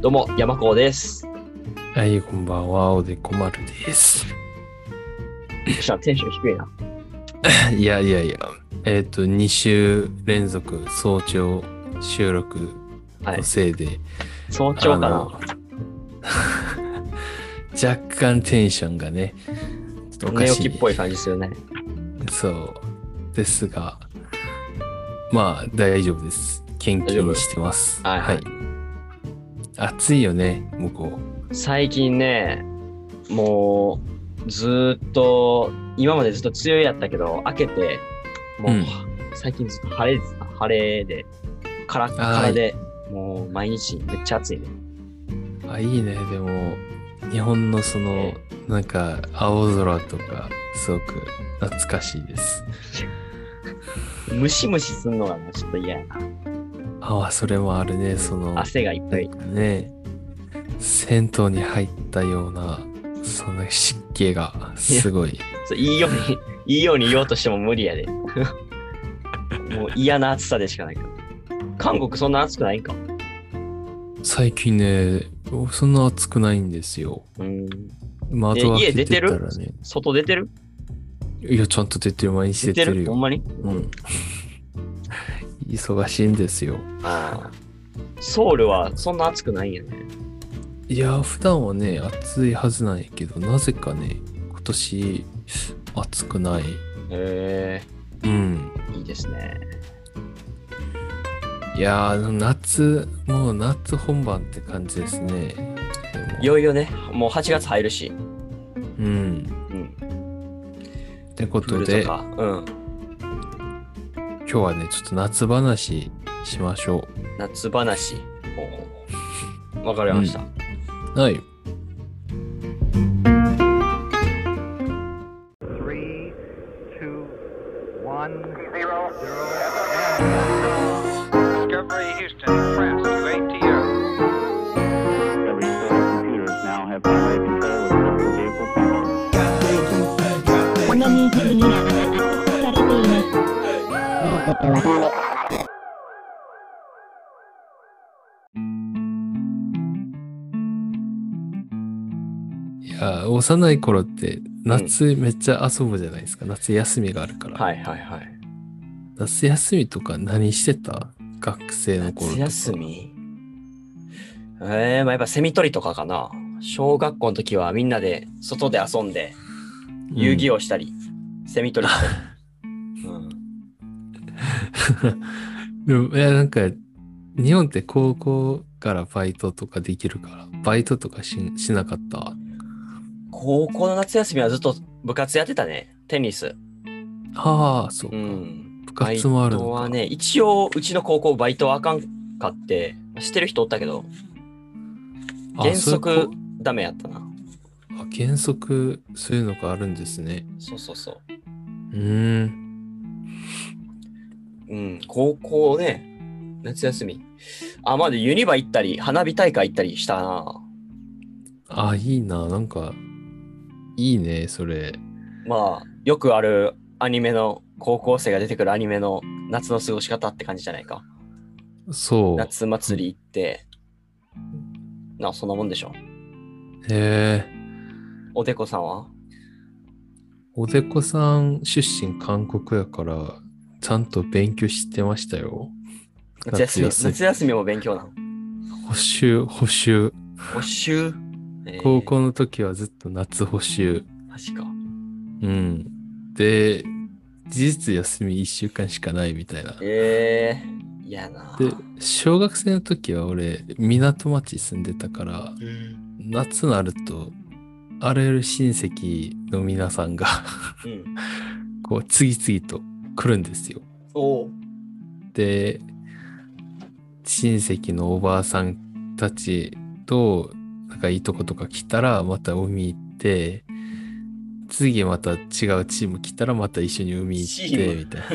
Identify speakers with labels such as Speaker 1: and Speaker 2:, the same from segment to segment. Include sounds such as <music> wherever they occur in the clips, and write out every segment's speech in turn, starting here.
Speaker 1: どうも、山子です。
Speaker 2: はい、こんばんは、おでこまるです。 <laughs>
Speaker 1: そしたらテンション低いな。
Speaker 2: いやいやいや、えっ、と、2週連続早朝収録
Speaker 1: はい
Speaker 2: のせいで、
Speaker 1: 早朝か
Speaker 2: あ
Speaker 1: な
Speaker 2: の。 <laughs> 若干テンションがね、ちょっとおか
Speaker 1: 寝
Speaker 2: し
Speaker 1: 起
Speaker 2: い。
Speaker 1: きっぽい感じするね。
Speaker 2: そう。ですが、まあ、大丈夫です。研
Speaker 1: 大丈夫
Speaker 2: 究してます。
Speaker 1: はいはい
Speaker 2: 暑いよね、向こ
Speaker 1: 最近ね、もう、ずーっと、今までずっと梅雨やったけど、明けて、もう、
Speaker 2: うん
Speaker 1: 最近ずっと晴れです晴れで、カラッカラで、もう毎日めっちゃ暑いね。
Speaker 2: う。あ、いいね、でも、日本のその
Speaker 1: え、
Speaker 2: なんか、青空とか、すごく懐かしいです。
Speaker 1: ムシムシすんのがねちょっと嫌やな。
Speaker 2: ああ、それもあるね、その、
Speaker 1: 汗がいっぱい。
Speaker 2: ね銭湯に入ったようなその湿気がすごい
Speaker 1: そういいように、 <laughs> いいように言おうとしても無理やで。もう嫌な暑さでしかないから。韓国そんな暑くないんか。
Speaker 2: 最近ねそんな暑くないんですよ
Speaker 1: うん。
Speaker 2: 窓
Speaker 1: え家
Speaker 2: 開
Speaker 1: 出
Speaker 2: け
Speaker 1: て
Speaker 2: て
Speaker 1: る
Speaker 2: たらね
Speaker 1: 外出てる
Speaker 2: いやちゃんと出てる毎日
Speaker 1: 出
Speaker 2: 出
Speaker 1: て
Speaker 2: て
Speaker 1: る
Speaker 2: る
Speaker 1: ほん
Speaker 2: よ
Speaker 1: まに
Speaker 2: うん <laughs> 忙しいんですよ
Speaker 1: ああ。ソウルはそんな暑くないんやね。
Speaker 2: いや普段はね暑いはずなんやけどなぜかね今年暑くない
Speaker 1: へ
Speaker 2: うん
Speaker 1: え、いいですね。
Speaker 2: いやー夏もう夏本番って感じですねでも
Speaker 1: いよいよね、もう8月入るし。
Speaker 2: うん
Speaker 1: うん。
Speaker 2: ってこと
Speaker 1: プール
Speaker 2: で
Speaker 1: とか。うん。
Speaker 2: 今日はねちょっと夏話しましょ
Speaker 1: 夏話。おおわかりました。
Speaker 2: うはい
Speaker 3: Three, two, one, zero, zero, Discovery Houston, press to ATO.
Speaker 4: Every set of computers now have highway control with separate vehicle functions.
Speaker 5: 同じ地図にはされています。
Speaker 2: いやー幼い頃って夏めっちゃ遊ぶじゃないですか、夏休みがあるから、
Speaker 1: はいはいはい。
Speaker 2: 夏休みとか何してた学生の頃
Speaker 1: 夏
Speaker 2: とか
Speaker 1: 休みええまあやっぱセミ取りとかかな。小学校の時はみんなで外で遊んで、遊戯
Speaker 2: を、
Speaker 1: をしたり、セミ取りした <laughs> り。うん
Speaker 2: うんでもいやなんか日本って高校からバイトとかできるからバイトとかししなかった
Speaker 1: 高校の夏休みはずっと部活やってたね。テニス。
Speaker 2: ああそう、
Speaker 1: うん。
Speaker 2: 部活もあ
Speaker 1: バ
Speaker 2: る
Speaker 1: イト
Speaker 2: のか
Speaker 1: はね、一応、うちの高校バイトはあかんかって、してる人おったけど、
Speaker 2: あ
Speaker 1: 原
Speaker 2: そういう
Speaker 1: 則
Speaker 2: こ
Speaker 1: ダメやったな。
Speaker 2: あ原則そういうのがあるんですね
Speaker 1: そうそうそう
Speaker 2: ーん
Speaker 1: う。うん、高校ね、夏休み。あ、まだユニバ行ったり、花火大会行ったりしたな。
Speaker 2: あ、いいな、なんか、いいね、それ。
Speaker 1: まあ、よくあるアニメの、高校生が出てくるアニメの夏の過ごし方って感じじゃないか。
Speaker 2: そう。へ
Speaker 1: 夏祭り行って、なあ、そんなもんでしょ。
Speaker 2: え。
Speaker 1: おでこさんは
Speaker 2: おでこさん出身韓国やから、ちゃんと勉強してましたよ。
Speaker 1: 夏休み
Speaker 2: 夏休み
Speaker 1: 夏休みも勉強なの。
Speaker 2: 補習、補習。
Speaker 1: 補習、えー
Speaker 2: 高校の時はずっと夏補習。
Speaker 1: マジか。
Speaker 2: うん。で、事実休み1週間しかないみたいな。
Speaker 1: ええー、嫌やな。
Speaker 2: で、小学生の時は俺、港町住んでたから、
Speaker 1: うん。
Speaker 2: 夏になると、あらゆる親戚の皆さんが
Speaker 1: うん、
Speaker 2: こう次々と来るんですよ。
Speaker 1: おう
Speaker 2: で親戚のおばあさんたちとなんかいいとことか来たらまた海行って次また違うチーム来たらまた一緒に海行っ
Speaker 1: チー
Speaker 2: て
Speaker 1: ム
Speaker 2: みたいな。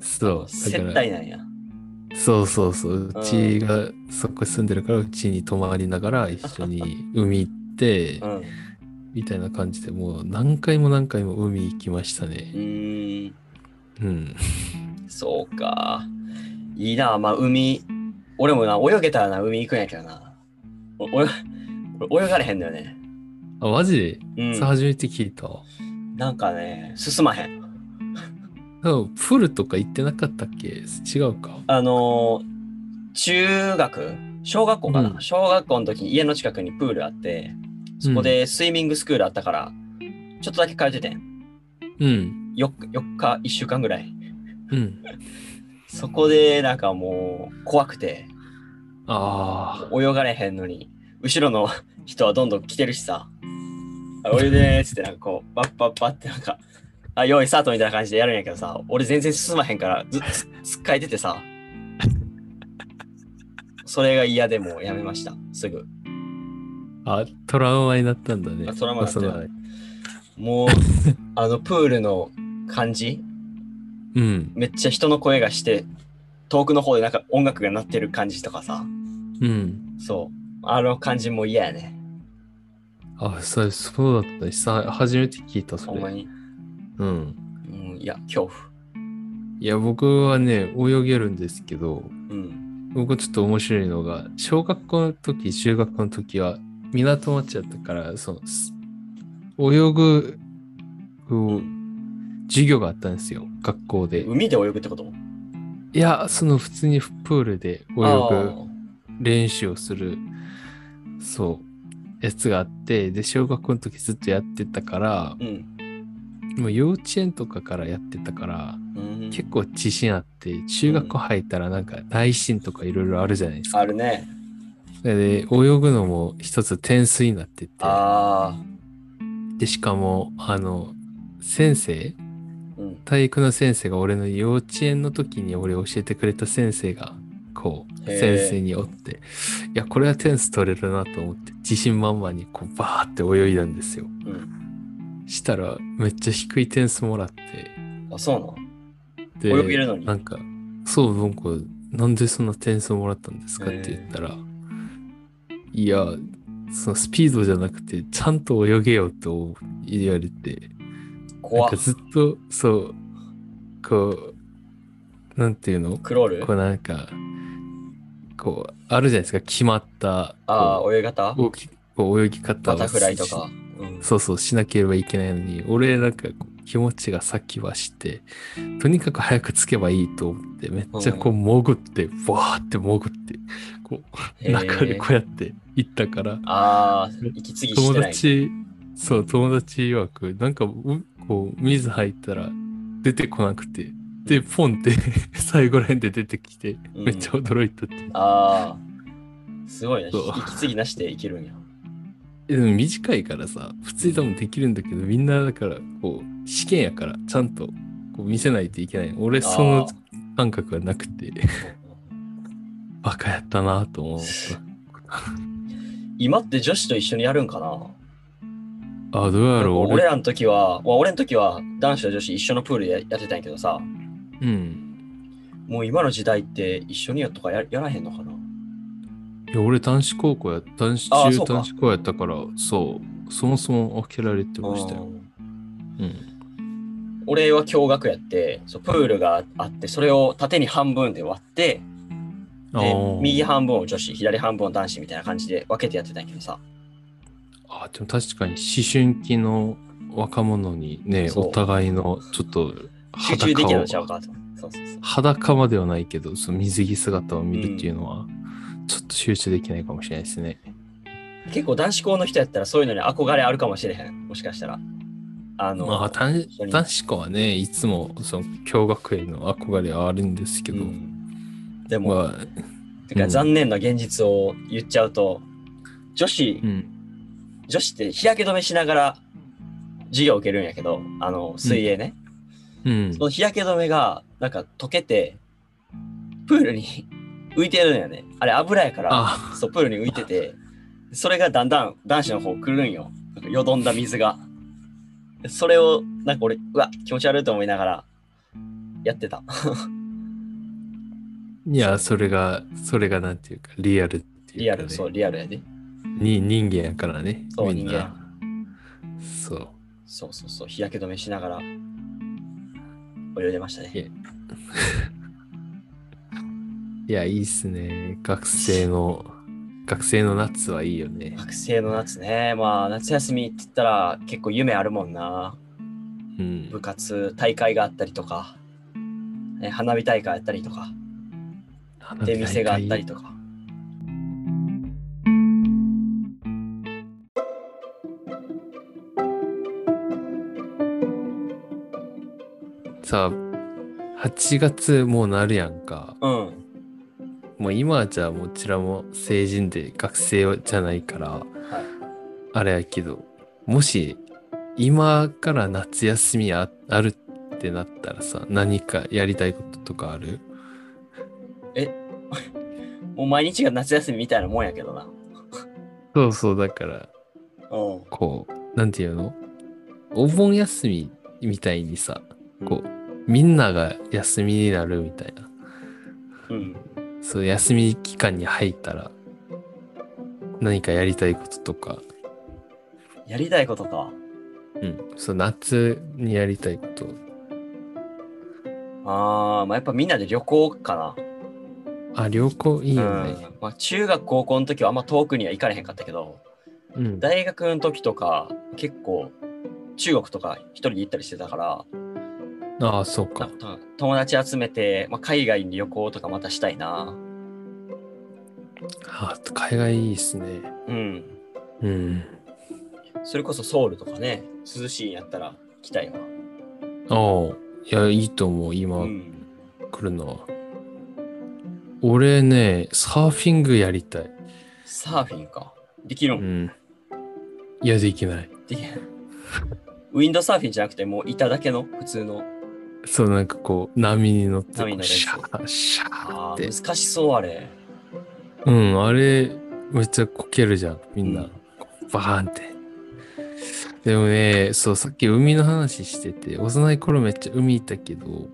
Speaker 2: <laughs> そう
Speaker 1: 接
Speaker 2: だから
Speaker 1: 待なんや。
Speaker 2: そうそうそううちがそこ住んでるからうちに泊まりながら一緒に海行って
Speaker 1: うん。う
Speaker 2: みたいな感じでもう何回も何回も海行きましたね。
Speaker 1: ーん、
Speaker 2: うん
Speaker 1: そうか。いいな、まあ海。俺もな、泳げたらな、海行くんやけどな。お <laughs> 泳俺泳がれへんのよね。
Speaker 2: あ、マジ
Speaker 1: う
Speaker 2: で
Speaker 1: ん
Speaker 2: それ。初めて聞いた。
Speaker 1: なんかね、進まへん。
Speaker 2: でもプールとか行ってなかったっけ違うか。
Speaker 1: あのー中学小学校かな、
Speaker 2: うん
Speaker 1: 小学校の時に家の近くにプールあって、そこでスイミングスクールあったから、ちょっとだけ通っててん。
Speaker 2: うん。
Speaker 1: 4, 4日、1週間ぐらい。
Speaker 2: うん。
Speaker 1: そこでなんかもう怖くて、
Speaker 2: あ
Speaker 1: 泳がれへんのに、後ろの人はどんどん来てるしさ、あ泳いでーっつってなんかこう、バッバッバッってなんか、あ、用意スタートみたいな感じでやるんやけどさ、俺全然進まへんから、ずつつっかえててさ、それが嫌でもうやめました、すぐ。
Speaker 2: あ。あ、トラウマになったんだね。
Speaker 1: あトラウマになったよ
Speaker 2: 幼い
Speaker 1: もう、あのプールの感じ、
Speaker 2: うん。
Speaker 1: めっちゃ人の声がして、遠くの方でなんか音楽が鳴ってる感じとかさ、
Speaker 2: うん。
Speaker 1: そう、あの感じも嫌やね、
Speaker 2: あ、そうそうだった。久初めて聞いた、そ
Speaker 1: ほんま
Speaker 2: れ。
Speaker 1: に。
Speaker 2: うん。
Speaker 1: うん、いや、恐怖。
Speaker 2: いや、僕はね、泳げるんですけど、
Speaker 1: うん。
Speaker 2: 僕ちょっと面白いのが、小学校の時、中学校の時は、港町だったから、その、す泳ぐ、こう、授業があったんですよ、学校で。
Speaker 1: 海で泳ぐってこと
Speaker 2: いや、その普通にプールで泳ぐ練習をする、そう、やつがあって、で、小学校の時ずっとやってたから、
Speaker 1: ぐ。うん。
Speaker 2: もう幼稚園とかからやってたから、
Speaker 1: うん
Speaker 2: 結構自信あって、中学校入ったらなんか内心とかいろいろあるじゃないですか。
Speaker 1: あるね。
Speaker 2: で、泳ぐのも一つ点数になってて、
Speaker 1: あ
Speaker 2: で、しかも、あの、先生、
Speaker 1: あ。うん。
Speaker 2: 体育の先生が俺の幼稚園の時に俺教えてくれた先生が、こう、
Speaker 1: へー
Speaker 2: 先生におって、いや、これは点数取れるなと思って、自信満々にこう、バーって泳いだんですよ。
Speaker 1: うん。
Speaker 2: したら、めっちゃ低い点数もらって、
Speaker 1: あ、そう
Speaker 2: で、
Speaker 1: 泳げるのに
Speaker 2: なんか、そう、なんか、なんでそんな点数もらったんですかって言ったら、いや、そのスピードじゃなくて、ちゃんと泳げよと言われて、
Speaker 1: なん
Speaker 2: なん
Speaker 1: 怖っ
Speaker 2: かずっと、そう、こう、なんていうの
Speaker 1: クロール
Speaker 2: こうなんか、こう、あるじゃないですか、決まった、
Speaker 1: あ
Speaker 2: こ
Speaker 1: あ、泳ぎ方
Speaker 2: う動きこう泳ぎ方を
Speaker 1: バタフライとか。うん
Speaker 2: そうそうしなければいけないのに俺なんかこう気持ちが先はしてとにかく早く着けばいいと思ってめっちゃこう潜ってわーって潜ってこう
Speaker 1: へー
Speaker 2: 中でこうやって行ったから
Speaker 1: ああ、息継ぎし
Speaker 2: 友
Speaker 1: てない。
Speaker 2: 達そう友達曰くなんかうこう水入ったら出てこなくてでポンって <laughs> 最後らへんで出てきて
Speaker 1: うん
Speaker 2: めっちゃ驚いたって、
Speaker 1: ああ。すごいね。
Speaker 2: そう
Speaker 1: 息継ぎなしでいけるんや。
Speaker 2: でも短いからさ普通に多分できるんだけどみんなだからこう試験やからちゃんとこう見せないといけない俺 <laughs> その感覚がなくて <laughs> バカやったなと
Speaker 1: <laughs>
Speaker 2: 思った
Speaker 1: 今って女子と一緒にやるんかな
Speaker 2: あどうやろう
Speaker 1: 俺
Speaker 2: 俺
Speaker 1: らの時は、まあ俺の時は男子と女子一緒のプールでややってたんやけどさ、
Speaker 2: うん
Speaker 1: もう今の時代って一緒にやとかややらへんのかない
Speaker 2: や俺男子高校や男子
Speaker 1: あ
Speaker 2: 中
Speaker 1: そうか
Speaker 2: 男子高やったからそうそもそも開けられてましたよ、
Speaker 1: うん
Speaker 2: うん、
Speaker 1: 俺は共学やってそうプールがあってそれを縦に半分で割って
Speaker 2: あ
Speaker 1: で
Speaker 2: ー
Speaker 1: 右半分を女子左半分を男子みたいな感じで分けてやってたんやけどさ
Speaker 2: あでも確かに思春期の若者にね
Speaker 1: そう
Speaker 2: お互いのちょっと
Speaker 1: 集中できるの
Speaker 2: 裸
Speaker 1: ちゃ
Speaker 2: を
Speaker 1: うかとそうそうそう
Speaker 2: 裸まではないけど、その水着姿を見るっていうのは、ちょっと集中できないかもしれないですね。
Speaker 1: 結構男子校の人やったらそういうのに憧れあるかもしれへんもしかしたらあの、
Speaker 2: まあ、男
Speaker 1: 一緒に
Speaker 2: 男子校はね、いつもその共学園の憧れはあるんですけ
Speaker 1: う
Speaker 2: ど、
Speaker 1: んでも、
Speaker 2: まあ、
Speaker 1: てか
Speaker 2: うん
Speaker 1: 残念な現実を言っちゃうと女子
Speaker 2: うん、
Speaker 1: 女子って日焼け止めしながら授業受けるんやけどあの水泳ね、
Speaker 2: うん
Speaker 1: そ、の日焼け止めがなんか溶けてプールに <laughs> 浮いてるんよねあれ油やから
Speaker 2: あ、
Speaker 1: そうプールに浮いててそれがだんだん男子の方来るんよなんかよどんだ水がそれをなんか俺うわ気持ち悪いと思いながらやってた
Speaker 2: いや、それが、それがなんていうか、リアルってい
Speaker 1: リ
Speaker 2: う
Speaker 1: ア
Speaker 2: か、ね、
Speaker 1: ルそうリアルやで
Speaker 2: に人間やからね、
Speaker 1: そう
Speaker 2: みん
Speaker 1: 人
Speaker 2: な。そう。
Speaker 1: そうそうそう日焼け止めしながら泳いでましたね
Speaker 2: いや、いいっすね。学生の学生の夏はいいよね。
Speaker 1: 学生の夏ね。まあ、夏休みって言ったら結構夢あるもんな。
Speaker 2: うん。
Speaker 1: 部活、大会があったりとか、ね花火大会あったりとか、出店があったりとか。
Speaker 2: さあ、8月もうなるやんか。
Speaker 1: うん。
Speaker 2: もう今じゃもちらも成人で学生じゃないから、あれやけど、もし今から夏休みああるってなったらさ、何かやりたいこととかある
Speaker 1: もう毎日が夏休みみたいなもんやけどな。
Speaker 2: そうそう、だから、
Speaker 1: うん。
Speaker 2: こう、なんていうのお盆休みみたいにさ、こう、みんなが休みになるみたいな。
Speaker 1: うん。
Speaker 2: そう、休み期間に入ったら、何かやりたいこととか、
Speaker 1: やりたいことか。
Speaker 2: うん、そう、夏にやりたいこと。
Speaker 1: あー、まあ、やっぱみんなで旅行かな。
Speaker 2: あ、旅行いいよね。
Speaker 1: うんまあ、中学高校の時はあんま遠くには行かれへんかったけど
Speaker 2: うん。
Speaker 1: 大学の時とか結構中国とか一人で行ったりしてたから
Speaker 2: ああ、そう
Speaker 1: な
Speaker 2: か。
Speaker 1: んか友達集めて、まあ、海外に旅行とかまたしたいな
Speaker 2: あー海外いいっすね。
Speaker 1: うん
Speaker 2: うん。
Speaker 1: それこそソウルとかね涼しいんやったら行きたいわ
Speaker 2: ああ、いや、いいと思う、今
Speaker 1: うん
Speaker 2: 来るのは。俺ね、サーフィングやりたい。
Speaker 1: サーフィンかできる
Speaker 2: うんん。いや、できない。
Speaker 1: できないウィンドサーフィンじゃなくてもう板だけの普通の
Speaker 2: そう、なんかこう、波に乗って、こ
Speaker 1: 波に乗
Speaker 2: う
Speaker 1: る
Speaker 2: シャー、シャー
Speaker 1: あ
Speaker 2: っ
Speaker 1: ー
Speaker 2: て。
Speaker 1: 難しそうあれ
Speaker 2: うん、あれ、めっちゃこけるじゃん、みんな。
Speaker 1: うん
Speaker 2: こうバーンって。でもね、そう、さっき海の話してて、幼い頃めっちゃ海いたけど、
Speaker 1: うん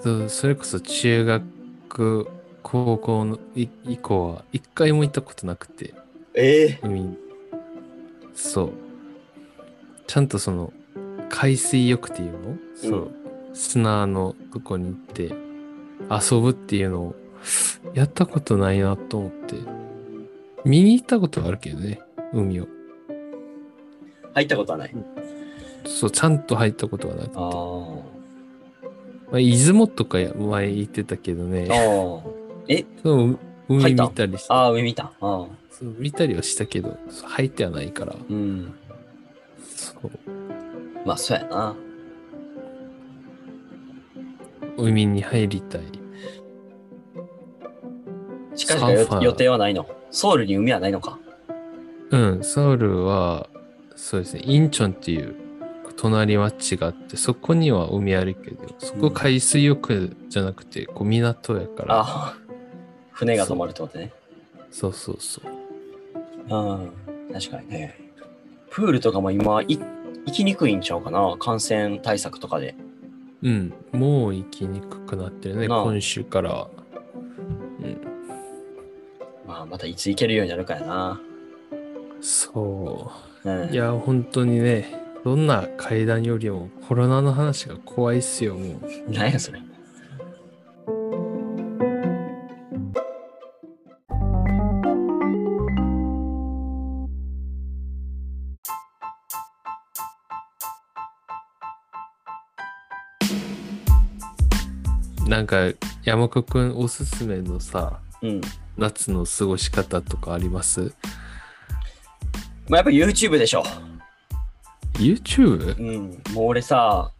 Speaker 2: そうそれこそ中学、高校のい以降は、一回も行ったことなくて。
Speaker 1: ええ
Speaker 2: 海そうちゃんとその海水浴っていうのそう、砂のとこに行って遊ぶっていうのをやったことないなと思って見に行ったことはあるけどね海を
Speaker 1: 入ったことはない
Speaker 2: そうちゃんと入ったことはなくて
Speaker 1: あー
Speaker 2: まあ、出雲とか前行ってたけど
Speaker 1: あ
Speaker 2: ね
Speaker 1: ー
Speaker 2: そう
Speaker 1: 入
Speaker 2: 海
Speaker 1: った
Speaker 2: 見たりして
Speaker 1: ああ、上見た。あ
Speaker 2: そう見たりはしたけどそう入ってはないから
Speaker 1: うん。
Speaker 2: そう
Speaker 1: まあ、そうやな。
Speaker 2: 海に入りたい
Speaker 1: 近
Speaker 2: サーファ
Speaker 1: 々
Speaker 2: ー
Speaker 1: 予定はないの。ソウルに海はないのか。
Speaker 2: うん、ソウルは、そうですね、インチョンっていう隣町があって、そこには海あるけど、そこ海水浴じゃなくて、こう港やから、
Speaker 1: ああ。船が止まるってことね。
Speaker 2: そうそうそう。
Speaker 1: うん。確かにね。プールとかも今、い行きにくいんちゃうかな。感染対策とかで。
Speaker 2: うん、もう行きにくくなってるね、
Speaker 1: なあ
Speaker 2: 今週から。うん、
Speaker 1: まあ、またいつ行けるようになるかやな。
Speaker 2: そ
Speaker 1: うん。
Speaker 2: う。いや、本当にね、どんな階段よりもコロナの話が怖いっすよ、もう。
Speaker 1: なんやそれ。
Speaker 2: なんか、山子くんおすすめのさ、
Speaker 1: うん。
Speaker 2: 夏の過ごし方とかあります
Speaker 1: まあ、やっぱ YouTube でしょ。
Speaker 2: ?YouTube?
Speaker 1: うん。もう俺さ、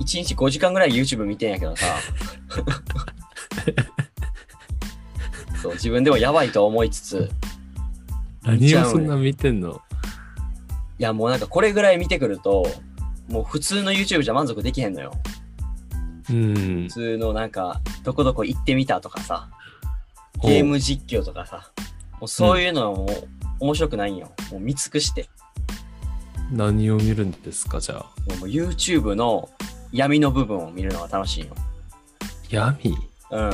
Speaker 1: 1日5時間ぐらい YouTube 見てんやけ
Speaker 2: <laughs>
Speaker 1: どさ。そう、自分でもやばいと思いつつ、
Speaker 2: 何をそんな見てんの
Speaker 1: いやもうなんかこれぐらい見てくると、もう普通の YouTube じゃ満足できへんのよ。
Speaker 2: うん
Speaker 1: 普。通のなんか、どこどこ行ってみたとかさ、ゲーム実況とかさ、もうそういうのはもう面白くないんよ。もう見尽くして。
Speaker 2: お何を見るんですかじゃあ。
Speaker 1: もう YouTube の闇の部分を見るのが楽しいよ。
Speaker 2: 闇
Speaker 1: うん。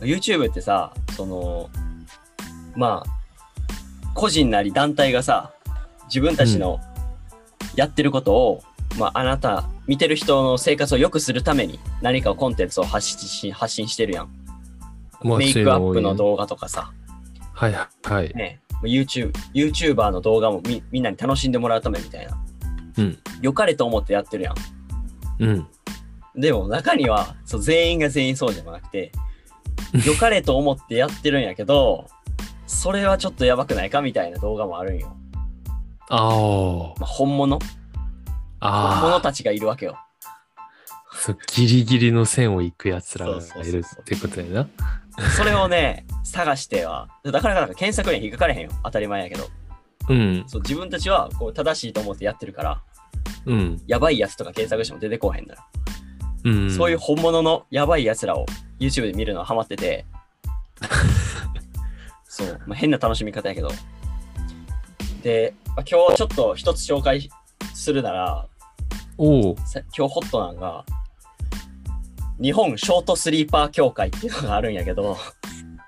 Speaker 1: YouTube ってさ、その、まあ、個人なり団体がさ、自分たちのやってることを、まあ、あなた、見てる人の生活を良くするために何かコンテンツを発信し発信してるやん。
Speaker 2: まあ
Speaker 1: メイクアッ
Speaker 2: そうい
Speaker 1: プ
Speaker 2: うの
Speaker 1: の
Speaker 2: 多いね
Speaker 1: 動画とかさ、
Speaker 2: はいはい。
Speaker 1: ね、YouTube、YouTuber の動画もみみんなに楽しんでもらうためみたいな。
Speaker 2: うん。
Speaker 1: 良かれと思ってやってるやん。
Speaker 2: うん。
Speaker 1: でも中にはそう全員が全員そうじゃなくて、良かれと思ってやってるんやけど、それはちょっとやばくないかみたいな動画もあるんよ。
Speaker 2: あ
Speaker 1: まあ、本物
Speaker 2: あ。
Speaker 1: 本物
Speaker 2: ああ。
Speaker 1: たちがいるわけよ。
Speaker 2: そうギリギリの線を行くやつらが
Speaker 1: そうそう
Speaker 2: い
Speaker 1: そう
Speaker 2: る
Speaker 1: そう
Speaker 2: ってことやな。
Speaker 1: それをね、探しては、だからなんか検索には引っかかれへんよ。当たり前やけど。
Speaker 2: うん。
Speaker 1: そう自分たちはこう正しいと思ってやってるから、
Speaker 2: うん。
Speaker 1: やばいやつとか検索しても出てこうへんのよ。
Speaker 2: うん。
Speaker 1: そういう本物のやばいやつらを YouTube で見るのはハマって
Speaker 2: <laughs>
Speaker 1: て、そう、まあ、変な楽しみ方やけど。で、まあ、今日ちょっと一つ紹介するなら、
Speaker 2: おう。
Speaker 1: さ今日ホットなんが、日本ショートスリーパー協会っていうのがあるんやけ
Speaker 2: <laughs>
Speaker 1: ど、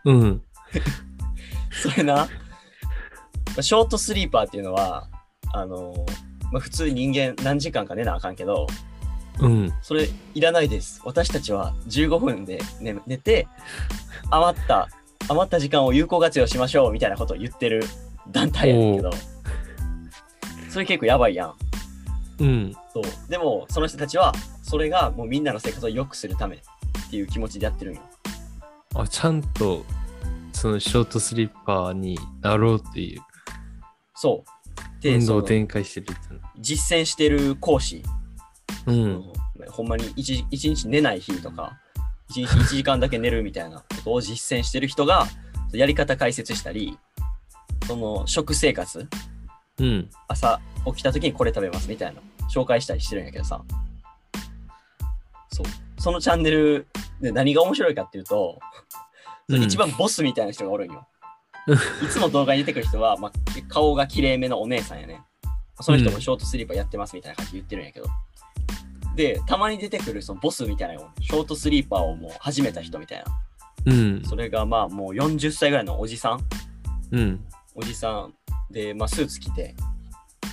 Speaker 2: うん。
Speaker 1: それな、まあショートスリーパーっていうのは、あのまあ、普通人間何時間か寝なあかんけど、
Speaker 2: うん。
Speaker 1: それいらないです。私たちは15分で寝寝て、余った、余った時間を有効活用しましょうみたいなことを言ってる団体やねんけど、それ結構やばいやん。
Speaker 2: うん。
Speaker 1: そう。でも、その人たちは、それがもうみんなの生活を良くするためっていう気持ちでやってるんよ。
Speaker 2: あ、ちゃんと、そのショートスリッパーになろうっていう
Speaker 1: そう。で、
Speaker 2: 運動
Speaker 1: そ
Speaker 2: を
Speaker 1: の
Speaker 2: 展開してるっていう
Speaker 1: 実践してる講師、
Speaker 2: の
Speaker 1: ほんまに一日一日寝ない日とか、一日1時 <laughs> 間だけ寝るみたいなことを実践してる人が、やり方解説したり、その食生活、
Speaker 2: うん。うん。
Speaker 1: 朝起きた時にこれ食べますみたいな紹介したりしてるんやけどさそうそのチャンネルで何が面白いかっていうと、
Speaker 2: うん
Speaker 1: 一番ボスみたいな人がおるんよ
Speaker 2: う
Speaker 1: いつも動画に出てくる人は、まあ、顔が綺麗めのお姉さんやねその人
Speaker 2: う
Speaker 1: も
Speaker 2: ん
Speaker 1: ショートスリーパーやってますみたいな感じで言ってるんやけど、でたまに出てくるそのボスみたいなのがおるショートスリーパーをもう始めた人みたいな
Speaker 2: うん。
Speaker 1: それがまあもう40歳ぐらいのおじさん
Speaker 2: うん。
Speaker 1: おじさんで、まあ、スーツ着て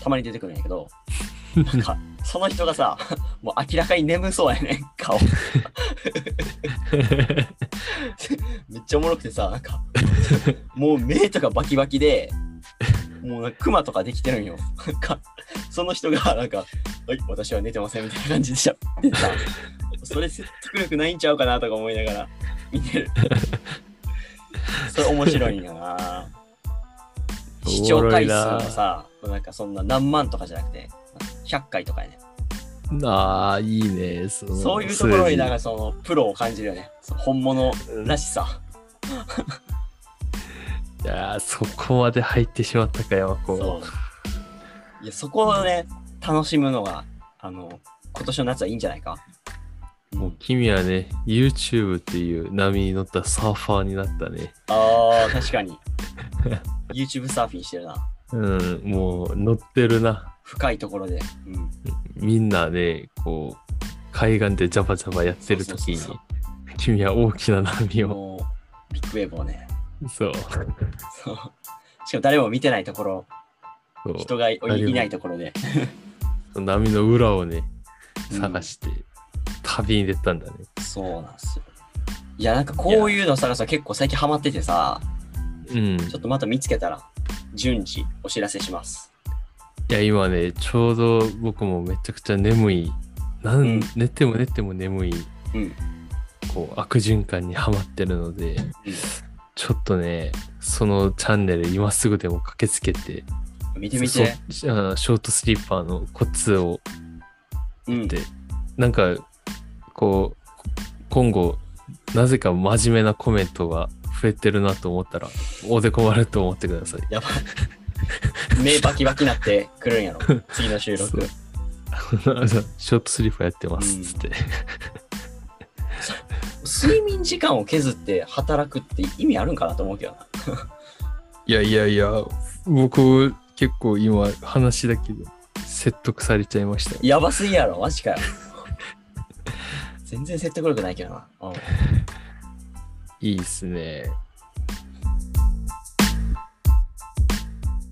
Speaker 1: たまに出てくるんやけどなんかその人がさもう明らかに眠そうやねん顔めっちゃおもろくてさなんかもう目とかバキバキでもうなんかクマとかできてるんよなんかその人がなんか「はい私は寝てません」みたいな感じでしゃべってさそれ説得力ないんちゃうかなとか思いながら見てるそれ面白いんやな視聴回数もさ、なんかそんな何万とかじゃなくて、100回とかやね。
Speaker 2: ああ、いいね。その
Speaker 1: そういうところになん
Speaker 2: 数
Speaker 1: かそのプロを感じるよね。その本物らしさ。
Speaker 2: 字いやーそこまで入ってしまったか、山子。
Speaker 1: そう。いや、そこをね、楽しむのが、あの、今年の夏はいいんじゃないか。
Speaker 2: もう君はね、YouTube っていう波に乗ったサーファーになったね。
Speaker 1: ああ、確かに。YouTube サーフィンしてるな。
Speaker 2: うん、もう乗ってるな。
Speaker 1: 深いところで。うん。
Speaker 2: みんなね、こう、海岸でジャバジャバやってる時に
Speaker 1: そうそう、
Speaker 2: 君は大きな波を。
Speaker 1: もう、ビッグウェーブをね。
Speaker 2: そう。
Speaker 1: そうしかも誰も見てないところ、
Speaker 2: そう
Speaker 1: 人がい
Speaker 2: 誰も
Speaker 1: いないところで。
Speaker 2: その波の裏をね、
Speaker 1: うん
Speaker 2: 探して、旅に出たんだね。
Speaker 1: そうなんですよ。いや、なんかこういうの探すの結構最近ハマっててさ、
Speaker 2: うん。
Speaker 1: ちょっとまた見つけたら、順次お知らせします。
Speaker 2: いや、今ね、ちょうど僕もめちゃくちゃ眠い。なん
Speaker 1: うん
Speaker 2: 寝ても寝ても眠い、
Speaker 1: うん。
Speaker 2: こう、悪循環にはまってるので、ちょっとね、そのチャンネル今すぐでも駆けつけて、
Speaker 1: 見てみ
Speaker 2: そ
Speaker 1: て。
Speaker 2: シあショートスリッパーのコツを、
Speaker 1: うん
Speaker 2: で。なんか、こう、今後、なぜか真面目なコメントが増えてるなと思ったら、おでこ丸と思って
Speaker 1: <laughs>
Speaker 2: ください。
Speaker 1: やばい。目バキバキなってくるんやろ。次の収録。
Speaker 2: ショートスリッパーやってますっつって。
Speaker 1: 睡眠時間を削って働くって意味あるんかなと思うけどな。
Speaker 2: いやいやいや、僕結構今話だけど説得されちゃいましたよ。
Speaker 1: やばすぎやろ、マジかよ。全然説得力ないけどな。うん
Speaker 2: いいっすね。
Speaker 1: は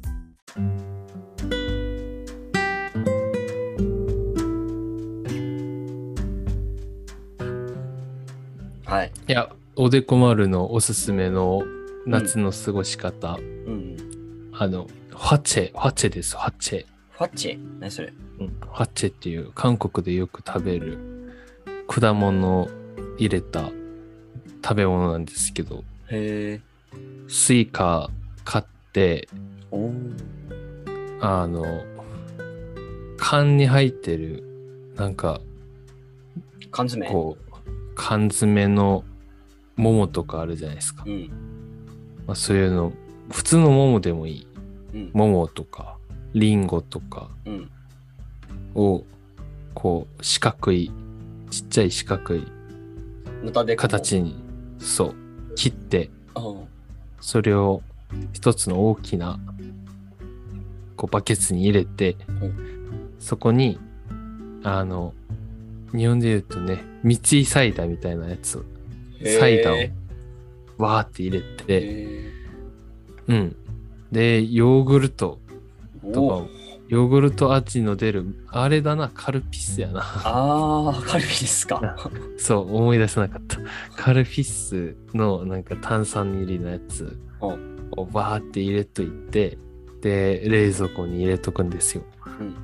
Speaker 1: い。
Speaker 2: いや、おでこ丸のおすすめの夏の過ごし方。
Speaker 1: うん。
Speaker 2: あの、ファチェ、ファチェです、ファチェ。
Speaker 1: ファッチ何それ
Speaker 2: うんファチェっていう韓国でよく食べる果物を入れた食べ物なんですけど、
Speaker 1: へえ。
Speaker 2: スイカ買って、
Speaker 1: おー
Speaker 2: あの、缶に入ってる、なんか、
Speaker 1: 缶詰
Speaker 2: こう、缶詰の桃とかあるじゃないですか。
Speaker 1: うん。
Speaker 2: まあ、そういうの、普通の桃でもいい。
Speaker 1: うん。
Speaker 2: 桃とか、リンゴとか
Speaker 1: うん。
Speaker 2: を、こう、四角い、ちっちゃい四角い
Speaker 1: のたでこう。
Speaker 2: 形に、そう、切って、
Speaker 1: あー
Speaker 2: それを一つの大きなこうバケツに入れて、
Speaker 1: うん
Speaker 2: そこにあの日本で言うとね道井サイダーみたいなやつ
Speaker 1: へー
Speaker 2: サイダーをわーって入れて、
Speaker 1: へ
Speaker 2: うんでヨーグルト
Speaker 1: ー
Speaker 2: とか
Speaker 1: お
Speaker 2: を
Speaker 1: ー
Speaker 2: ヨーグルト味の出るあれだなカルピスやな <laughs>
Speaker 1: あー、カルピスか。
Speaker 2: そう思い出せなかったカルピスのなんか炭酸入りのやつ
Speaker 1: う
Speaker 2: をバーって入れといてで冷蔵庫に入れとくんですよ、
Speaker 1: うん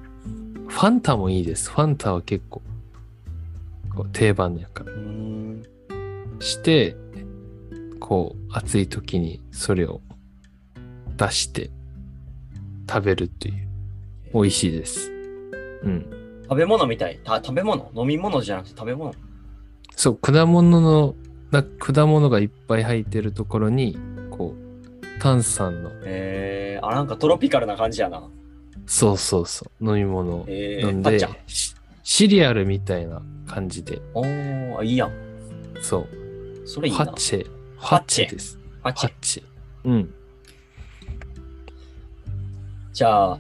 Speaker 2: ファンタもいいですファンタは結構こう定番やから
Speaker 1: うーん。
Speaker 2: してこう暑い時にそれを出して食べるという美味しいですうん
Speaker 1: 食べ物みたい。た食べ物飲み物じゃなくて食べ物。
Speaker 2: そう果物のな果物がいっぱい入ってるところにこう炭酸の
Speaker 1: えー、あ、なんかトロピカルな感じやな。
Speaker 2: そうそうそう飲み物を
Speaker 1: え
Speaker 2: 飲
Speaker 1: ー、
Speaker 2: ん
Speaker 1: たっ
Speaker 2: で
Speaker 1: ちゃん。
Speaker 2: しシリアルみたいな感じで
Speaker 1: おー、いいやん。
Speaker 2: そう
Speaker 1: それいい
Speaker 2: ハ
Speaker 1: な。
Speaker 2: ッチェフ
Speaker 1: ハ
Speaker 2: ァ
Speaker 1: ッチェ
Speaker 2: です
Speaker 1: パ
Speaker 2: ハ
Speaker 1: チ
Speaker 2: ッ。チェうん
Speaker 1: じゃあ、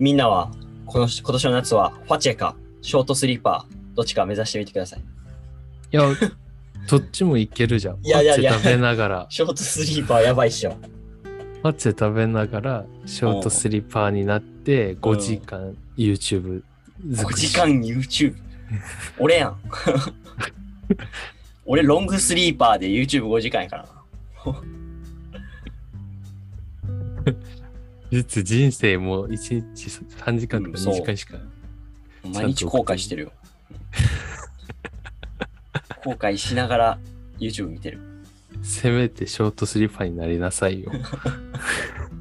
Speaker 1: みんなは、この今年の夏は、ファチェか、ショートスリーパー、どっちか目指してみてください。 <laughs>
Speaker 2: いやどっちもいけるじゃん
Speaker 1: いやいやいや
Speaker 2: ハッチェ食べながら
Speaker 1: ショートスリーパーやばいっしょ。
Speaker 2: ハッチェ食べながらショートスリーパーになって5時間 YouTube
Speaker 1: 5
Speaker 2: 作り
Speaker 1: 時間 YouTube。俺
Speaker 2: <laughs>
Speaker 1: やん。俺、ロングスリーパーで YouTube5 時間やからな。
Speaker 2: 実人生も1日3時間とか2時間しか
Speaker 1: 毎日後悔してるよ。後悔しながら YouTube 見てる。
Speaker 2: せめてショートスリーパーになりなさ
Speaker 1: <laughs>
Speaker 2: いよ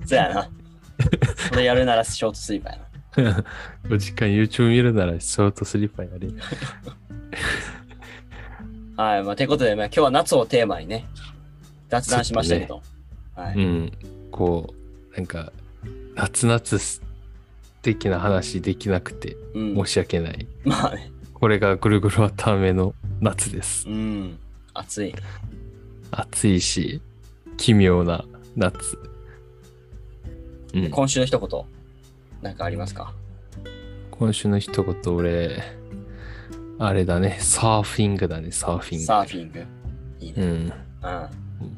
Speaker 1: そうやな。それやるならショートスリーパーやな。
Speaker 2: 5時間 YouTube 見るならショートスリーパーになり
Speaker 1: はい、まあ、ということで、まあ、今日は夏をテーマにね、雑談しましたけど。は
Speaker 2: う
Speaker 1: い。
Speaker 2: ん、こうなんか夏夏的な話できなくて
Speaker 1: うん
Speaker 2: 申し訳ない、
Speaker 1: まあね。
Speaker 2: これがぐるぐるわたあめの夏です
Speaker 1: うん。暑い。
Speaker 2: 暑いし奇妙な夏、うん、
Speaker 1: 今週の一言、なんかありますか
Speaker 2: 今週の一言俺あれだねサーフィングだねサーフィング
Speaker 1: サーフィング。いいね。
Speaker 2: うん
Speaker 1: うん。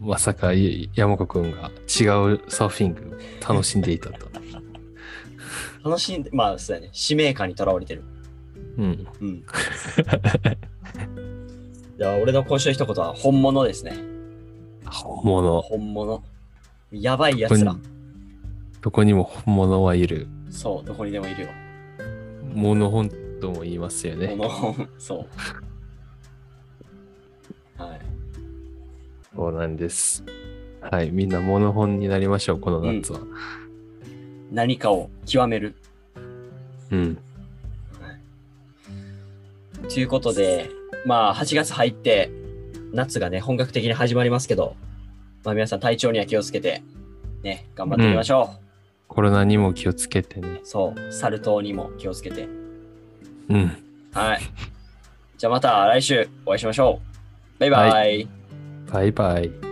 Speaker 2: まさかい山子くんが違うサーフィング楽しんでいた <laughs> と
Speaker 1: 楽しんで、まあ、そうやね。使命感にとらわれてる。
Speaker 2: うん
Speaker 1: うん。 <laughs> じゃあ、俺の今週の一言は、本物ですね。
Speaker 2: 本物
Speaker 1: 本物。やばいやつら
Speaker 2: どこ。にどこにも本物はいる
Speaker 1: そう、どこにでもいるよ。
Speaker 2: モノホンとも言いますよ
Speaker 1: こ
Speaker 2: ね。
Speaker 1: の、 <laughs> そう。はい。
Speaker 2: そうなんです。はい、みんなモノホンになりましょう、この夏は。
Speaker 1: 何かを極める。
Speaker 2: うん。
Speaker 1: ということで、まあ、8月入って、夏がね、本格的に始まりますけど、まあ、皆さん体調には気をつけて、ね、頑張っていきましょ
Speaker 2: コロナにも気をつけてね
Speaker 1: う。。そう、サル痘にも気をつけて。
Speaker 2: うん。
Speaker 1: はい。じゃあまた来週お会いしましょう。バイバイ。
Speaker 2: バイバイ。